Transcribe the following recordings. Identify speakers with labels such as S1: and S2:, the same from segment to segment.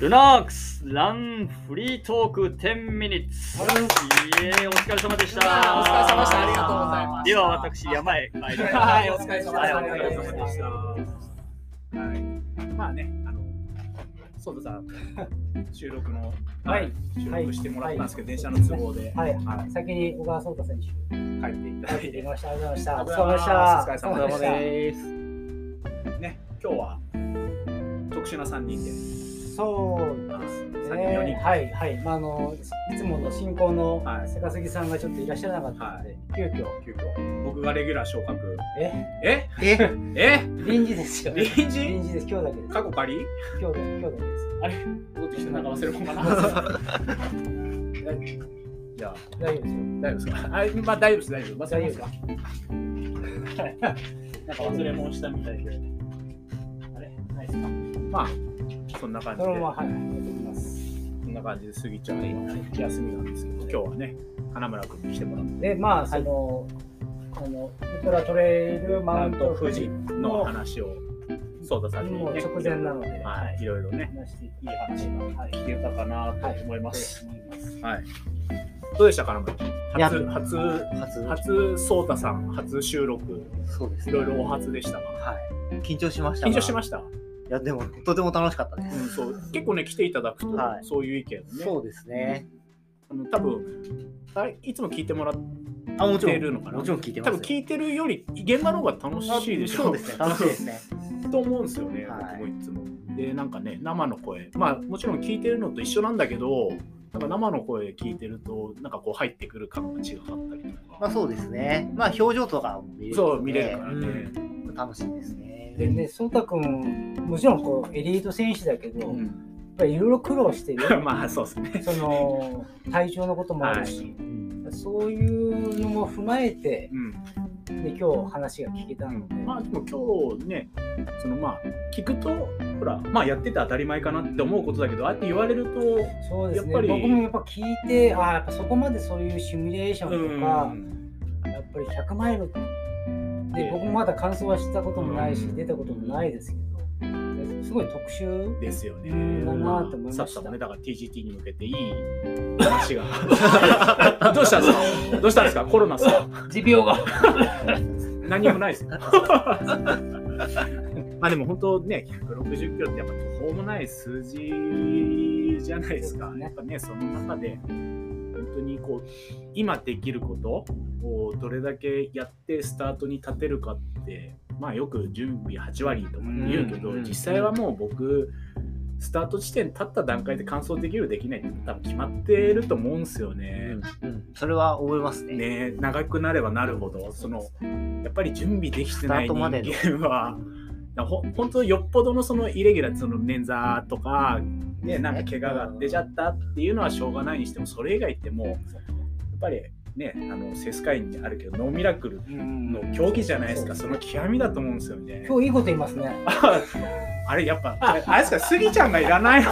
S1: ルナークスランフリートーク10ミニッツ。
S2: あ
S1: いえお疲れ様でした。
S3: お疲れ様でした。ありがとうございます。
S1: では私山へ帰ります。
S3: はいお疲れ様でした
S1: はいお疲
S2: りがとうござい
S1: れ様
S2: ま
S1: で
S2: し。
S1: したた。
S2: はい。まあね、あの、ソウルさん、収録の、
S4: はい、
S2: 収録してもらったんですけど、電車の都合で、
S4: はい
S2: は
S4: 先に小川聡太選 手、
S2: い帰っていた
S4: 帰
S2: だ
S4: って
S2: い
S4: いただき
S2: て、
S4: ました。ありがとうございました。
S2: ありがとうございま
S4: お
S2: す
S4: 疲れ様で
S2: ね、今日は特殊な3人で、
S4: した。そう
S2: あ
S4: です
S2: 3人、4
S4: ね。
S2: 人、
S4: はい、はい。まあ、あの、いつもの進行の
S2: はい
S4: 坂杉さんがちょっといらっしゃらなかったので、急遽、
S2: 急遽、僕がレギュラー昇格。
S4: え
S2: え
S3: え
S2: え
S4: 臨時ですよ。
S2: 臨時
S4: 臨時です。今日だけです。
S2: 過去仮
S4: 今日だ今日だけです。
S2: 戻ってきてなんか忘れ物 かな。じゃあ、
S4: 大丈夫ですよ。
S2: 大丈夫ですかあまあ大丈夫です、大丈夫で
S4: 大
S2: す。
S4: 丈夫ですか
S2: なんか忘れ物したみたいで。あれないですかまあ、そんな感じ
S4: そ
S2: で
S4: の、まま、はい、やっていきます。
S2: そんな感じで過ぎちゃう休みなんですけど、今日はね、花村君に来てもらって、
S4: で、まあ、その、この、ウルトラトレイルマ
S2: マ
S4: ウ
S2: ウ
S4: ント
S2: ント
S4: 富
S2: 富
S4: 士
S2: 士の話を、そうださんに、
S4: もう
S2: ね、
S4: 直前なので、
S2: はい、いろいろね、
S4: 話してい
S2: いい話
S4: き
S2: が
S4: はい。
S2: 聞けたかなと思います。
S4: はい
S2: はい。どうでしたか、花
S3: いや
S2: 村君。初、
S3: 初
S2: 初、初、ソータさん、初収録、
S3: そうです
S2: い
S3: ね
S2: ろいろお初でしたが。
S3: はい緊張しました
S2: 緊張しま
S3: し
S2: した
S3: たいやでもとても楽しかったで
S2: うん、
S3: す、
S2: そう結構ね来ていただくと、
S3: はい
S2: そういう意見ね
S3: そうですね
S2: あの多分あれいつも聞いてもらっ
S3: あもちろ
S2: てる
S3: ん
S2: のかな
S3: もちろん聞いてま
S2: 多
S3: す
S2: 分聞いてるより現場の方が楽しいでしょ
S3: そうですね楽しいですね
S2: と思うんですよね、
S3: はい
S2: 僕もいつもでなんかね生の声まあもちろん聞いてるのと一緒なんだけどなんか生の声聞いてるとなんかこう入ってくる感が違かったりとか、
S3: まあそうですねまあ表情とかも見れる
S2: そう見れるから
S3: の
S2: ね、
S3: でうん楽しいですね
S4: でね、颯太君、もちろんこうエリート選手だけど、
S2: う
S4: やっ
S2: ん、
S4: ぱりいろいろ苦労してる
S2: まあそうですね
S4: その体調のこともあるし、そういうのも踏まえて、
S2: うん
S4: ね、今日話が聞けたので、
S2: まあでも今日ねそのまあ聞くとほらまあやってて当たり前かなって思うことだけどああやって言われると
S4: そうですね、
S2: やっぱり
S4: 僕もやっぱ聞いて、ああ、やっぱそこまでそういうシミュレーションとか、やっぱり100マイルで、僕もまだ感想はしたこともないし、
S2: うん
S4: 出たこともないですけど、すごい特殊
S2: ですよね。
S4: だなと思いました
S2: さっさもねだから TGT に向けていい話が どうしたんですかどうしたんですかコロナさ
S4: 持病が。
S2: 何もな いですよまあでも本当ね160キロってやっぱ途方もない数字じゃないですか
S4: そうですね
S2: やっぱねその中で本当にこう今できることをどれだけやってスタートに立てるかってまあよく準備8割とかって言うけど、
S3: うん
S2: 実際はもう僕スタート地点立った段階で完走できるできないって多分決まってると思うんですよね。
S3: うんうんそれは思いますね
S2: ね、長くなればなるほどそのやっぱり準備できてな
S3: ス
S2: い
S3: タート
S2: 人
S3: までの
S2: 間はほ本当よっぽどのそのイレギュラーその捻挫とか、ね、なんか怪我が出ちゃったっていうのはしょうがないにしてもそれ以外ってもうやっぱりねあのセスカイにあるけどノーミラクルの競技じゃないですかその極みだと思うんですよね。
S4: 今日いいこと言い ますね。
S2: ああれやっぱああれですかスギちゃんがいらないの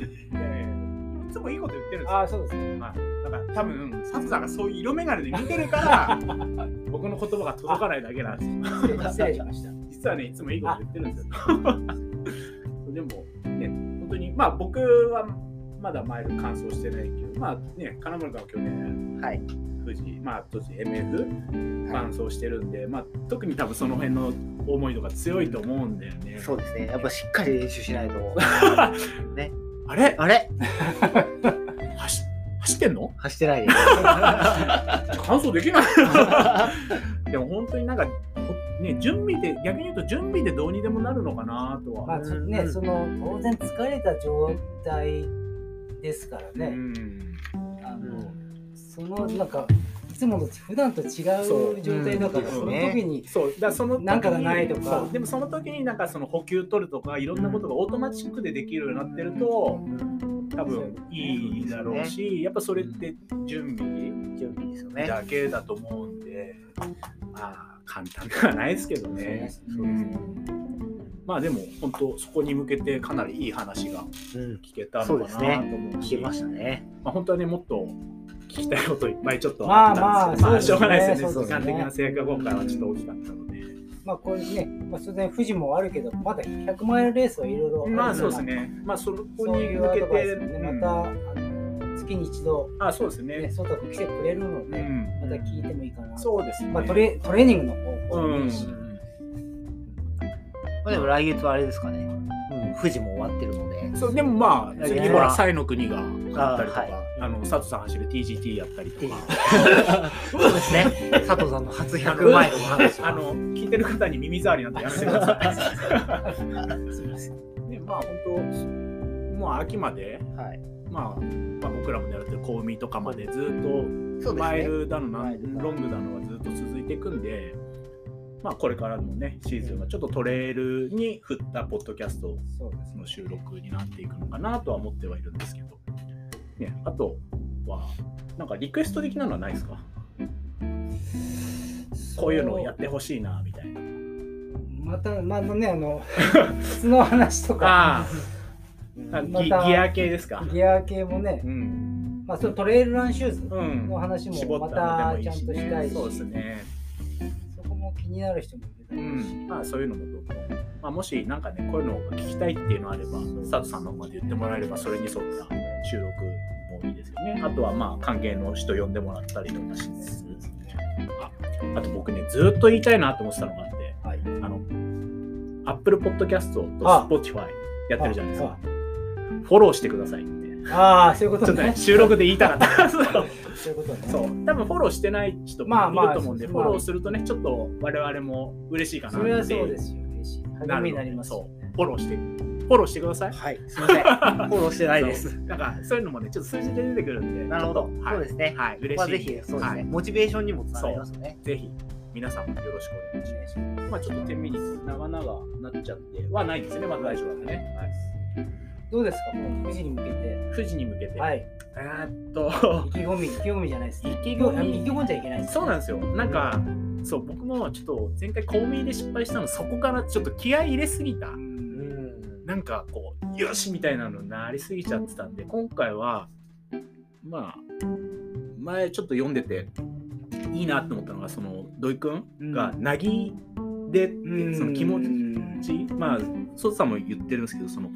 S2: いつもいいこと言ってるんですよ
S4: ああ、そうで すね。
S2: まあ、だから多分サトさんがそういう色眼鏡で見てるから僕の言葉が届かないだけなんです
S4: 失礼失
S2: よ
S4: 礼しました。
S2: 実はねいつもいいこと言ってるんですよ でもね本当にまあ僕はまだマイル完走してないけどまあね金森さんは去年
S3: はい
S2: 富士まあ当時 MF 完走してるんで、まあ特に多分その辺の思いとか強いと思うんだよね、
S3: そうですねやっぱしっかり練習しない と
S2: あれ
S3: あれ
S2: 走走ってんの
S3: 走ってないです
S2: 完走できない でも本当になんか、ね、準備で逆に言うと準備でどうにでもなるのかなとは、
S4: まあそね、その当然疲れた状態ですから
S2: う
S4: ね。
S2: ん
S4: あ
S3: う
S4: の
S3: ん
S4: そのなんかいつもの普段と違
S2: そう
S4: う状態だから
S3: うん
S4: その
S3: ね
S4: 時に
S2: そうだからその時に
S4: なんかがないとか
S2: そうでもその時になんかその補給取るとかいろんなことがオートマチックでできるようになってると多分いいだろうし、やっぱそれって準備
S3: 準備ですよね
S2: だけだと思うんで、まあ簡単ではないですけどね
S3: そうですね
S2: まあでも本当そこに向けてかなりいい話が
S3: うん
S2: 聞けたの
S3: そう
S2: か
S3: で
S2: な
S3: す
S2: と
S3: ね
S2: 思う
S3: 聞
S2: し
S3: けましたね
S2: まあ、本当はねもっと聞きたいこといっぱいちょっと
S4: ま
S2: あ
S4: あまあ
S2: ったんですけど、まあ、し
S4: そ
S2: ょ
S4: う
S2: うがないで
S4: ですすねそうですね
S2: よね、時間的な制約が今回はちょっと大きかったので。
S4: まあこういうね、まあ、当然富士もあるけど、まだ100万円レースはいろいろるから
S2: まあそうです。ね、まあそこ
S4: そう
S2: に
S4: いう
S2: 向
S4: ア
S2: け
S4: ドバイス
S2: て、
S4: もね、
S2: う
S4: ま
S2: ん
S4: た、あの月に一度、
S2: あそうです
S4: ね、
S2: ね、
S4: ソタ君来てくれるの
S2: う
S4: で、
S2: ん、
S4: また聞いてもいいかな。
S2: そうですね、
S4: まあトレトレーニングの方法もいいし、
S3: まあでも来月はあれですかね。うん、富士も終わってるので。
S2: そうでもまあ、
S3: いやい
S2: 次
S3: や
S2: ほら、サイの国があったりとか、
S3: あ
S2: あ,、
S3: は
S2: の佐藤さん走る TGT やったりとか、
S3: そうです ね。佐藤さんの初100マイルの話を
S2: あの聞いてる方に耳障りなんてやめてくださ
S3: すみません。
S2: い。でまあ本当、もう秋まで、
S3: はい。
S2: まあ、まあ、僕らも狙ってる小海とかまでずっ
S3: そ
S2: と
S3: うです
S2: マイ
S3: ね。
S2: ルだのな、
S3: マイルだの
S2: ロングだのはずっと続いていくんで、まあこれからのね、シーズンはちょっとトレイルに振ったポッドキャスト
S4: そうですね
S2: の。収録になっていくのかなとは思ってはいるんですけど、ね、あとは、なんかリクエスト的なのはないですかこういうのをやってほしいなみたいな。
S4: また、まあね、あの、 靴の話と か、
S2: あ
S4: ま
S2: ギギ
S4: た
S2: ア系ですか。
S4: ギア系もね
S2: う、ん。
S4: まあそのトレイルランシューズ
S2: うん。
S4: の話
S2: 絞
S4: もま
S2: った
S4: た
S2: ので
S4: ちゃ
S2: も
S4: ん
S2: いいし
S4: と
S2: ね
S4: したいし、
S2: そうですね。
S4: そこも気になる人もいるだ
S2: う
S4: ろうし、
S2: ん。まあそういうのもどうぞまあもしなんかね、こういうのを聞きたいっていうのあれば、佐藤さんの方まで言ってもらえれば、それに沿った収録もいいですよね。あとはまあ関係の人呼んでもらったりとかして、あと僕ね、ずっと言いたいなと思ってたのがあって、
S4: はい
S2: あの、Apple Podcast と
S4: あ
S2: Spotify やってるじゃないですか。フォローしてくださいって。
S4: ああああ、そういうこ
S2: ち
S4: と
S2: ょっとね
S4: ね、。
S2: 収録で言いたかった。そう
S4: そういうことね。
S2: そう、多分フォローしてない人
S4: まあ
S2: も
S4: まあ
S2: いると思うんで、
S4: そうそう
S2: フォローするとね、ちょっと我々も嬉しいかなっ
S4: そ
S2: て。
S4: れはそうですよ、嬉しい。励
S2: なる
S4: み
S2: の
S4: にな
S2: で
S4: りますよ
S2: そ
S4: ね。
S2: う、フォローして、フォローしてください。
S3: はい。すみ ません。フォローしてないです。
S2: そう。だから、そういうのもね、ちょっと数字で出てくるんで、
S3: なるほど
S2: ちょっとはい、
S3: そうですね
S2: はい、嬉
S3: まあ
S2: しい。
S3: ぜひ、そうです
S2: は
S3: ね。
S2: い、
S3: モチベーションにもつながりますよね。
S2: ぜひ、皆さんもよろしくお願いします。まあ、ちょっと天秤に長々なっちゃってはないんですよね、まだ大丈夫だからね。
S4: どうですか、もう富士に向けて。
S2: 富士に向けて、
S4: はい。
S2: えーっと
S4: 意、気込み、意気込みじゃないです。
S2: 意気込み
S4: あ意気込んじゃいけないです。
S2: そうなんですよ。なんか、そう、僕もちょっと前回、公明で失敗したの、そこからちょっと気合い入れすぎた。
S3: うん。
S2: なんかこう、よしみたいなのになりすぎちゃってたんで、今回は、まあ、前ちょっと読んでて、いいなと思ったのが、その土井くんが、なぎで、
S4: うん
S2: その気持ち、まあ、ソツさんも言ってるんですけど、その、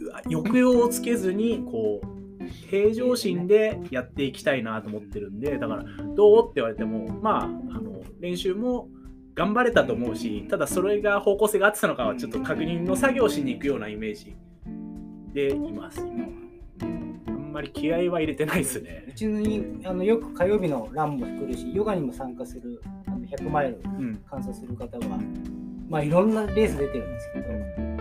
S2: うわ抑揚をつけずに、こう、平常心でやっていきたいなと思ってるんで、だから、どうって言われても、まあ、あの練習も頑張れたと思うし、ただそれが方向性が合ってたのかは、ちょっと確認の作業をしに行くようなイメージでいます、今は。あんまり気合は入れてないです
S4: う
S2: ね。
S4: ちにあのよく火曜日のランも来るし、ヨガにも参加する、あの100マイル
S2: うん。
S4: 完走する方は、まあいろんなレース出てるんですけど、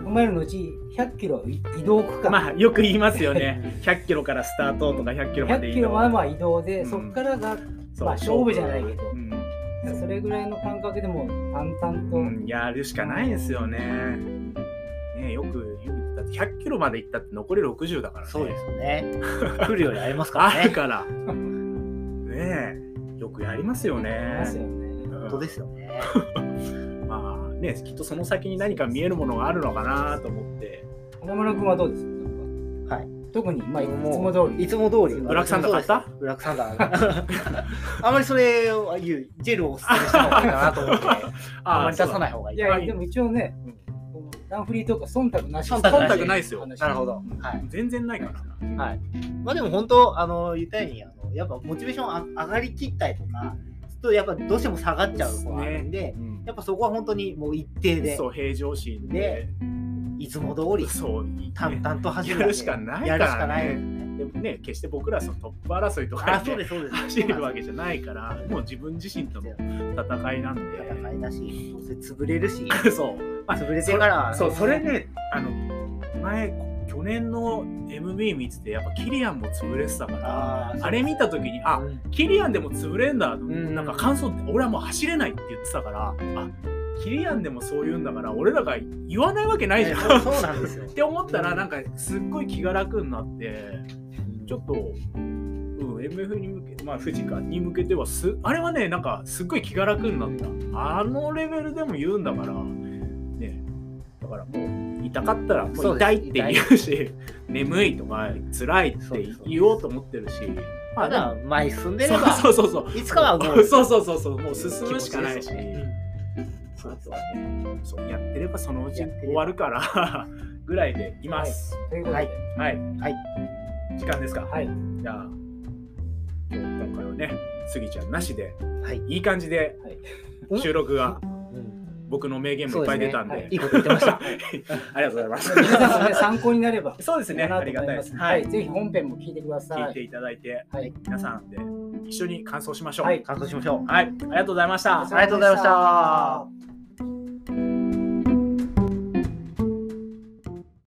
S4: 100マイルのうち100キロは移動区間。
S2: まあ、よく言いますよね。100キロからスタートとか100キロまで
S4: 100
S2: 移動
S4: キロはまあ移動で、
S2: うん
S4: そこからが
S2: そう
S4: まあ勝負じゃないけど
S2: うん
S4: それぐらいの感覚でも淡々と、
S2: うん、やるしかないですよね。ねよく言うだって100キロまで行ったって残り60だからね。
S3: そうですよね。来るよりありますから
S2: ある
S3: ね。
S2: から。ねえ、よくやりますよね。
S4: ますよね。
S3: 本当ですよね。
S2: まあね、きっとその先に何か見えるものがあるのかなと思って。
S4: 花村君はどうですなんか
S3: はい
S4: 特に、まあ、いつも
S3: も
S4: 通り。
S3: いつも通り。
S2: ブラックサンダー買った
S3: ブラックサンダー。 あまりそれを言う、ジェルをおすすめした方がいいかなと思 って、あまり出さない方がいい
S4: い
S3: か
S4: や、
S3: な。
S2: はい
S4: でも一応ね、こうランフリーとか忖度なし。
S3: 忖度なし忖度
S2: ないですよ
S4: 話
S3: なるほど。はい。
S2: 全然ないから。
S3: はい。まあでも本当、あの、言ったように、あのやっぱモチベーションあ上がりきったりとか、ちょっとやっぱどうしても下がっちゃう子があるんで、
S2: うん
S3: やっぱそこは本当にもう一定で、
S2: そう、平常心で
S3: で、いつも通り、
S2: そう、いいね
S3: 淡々と走るだけ。
S2: やるしかないからね
S3: やるしかないですね。
S2: でもね、決して僕らそのトップ争いとか
S3: あ、
S2: で
S3: そうです、そうです。
S2: 走るわけじゃないから、もう自分自身との戦いなん
S3: 戦
S2: で。
S3: いだし、どうせ潰れるし、
S2: そう。あ
S3: 潰れてからはね
S2: そう、それね、あの、前、去年の MB 見てて、やっぱキリアンも潰れてたから、
S3: あー
S2: あれ見たときに、あ、
S3: うん
S2: キリアンでも潰れんだ、
S3: ん
S2: なんか感想って俺はもう走れないって言ってたからあキリアンでもそう言うんだから俺らが言わないわけないじゃん、
S3: そうそう
S2: っ
S3: なんですよ。
S2: て思ったらなんかすっごい気が楽になってちょっと、うん、MF に向けまあ富士かに向けてはすあれはねなんかすっごい気が楽になったあのレベルでも言うんだからねだからもう一痛かったらも
S3: そううです
S2: 痛いって言うし眠いとか辛いって言おうと思ってるしま
S3: ま
S2: あでも
S3: だ前進んでれば、
S2: そうそうそう
S3: いつかは
S2: そ
S3: も
S2: う
S3: う、
S2: そう
S3: う
S2: そうそうそうもう進むしかないし、あとはねそうやってればそのうち
S3: やってれば
S2: 終わるからぐらいでいます
S4: ということで、
S3: はい
S2: はい、
S3: はい
S2: 時間ですか
S4: はい
S2: じゃあ今日今回はねスギちゃんなしで
S3: はい。
S2: いい感じで
S3: うん
S2: 収録が
S3: うん
S2: 僕の名言もいっぱい出たんで
S4: そうです
S3: いいこと言ってました。
S2: ありがとうございます。
S4: 皆さんもね参考になれば
S2: そう ですね、
S4: かな
S2: あ
S4: と
S2: りが
S4: 思
S2: た
S4: い
S2: い
S4: ま
S2: ですす。
S4: は、
S2: はいい、
S4: ぜひ本編も聞いてください。
S2: 聞いていただいて、
S4: はい
S2: 皆さんで一緒に感想しましょう。
S4: はい
S2: はい、
S3: 感想しましょう。
S2: ありがとうございました。
S3: ありがとうございました。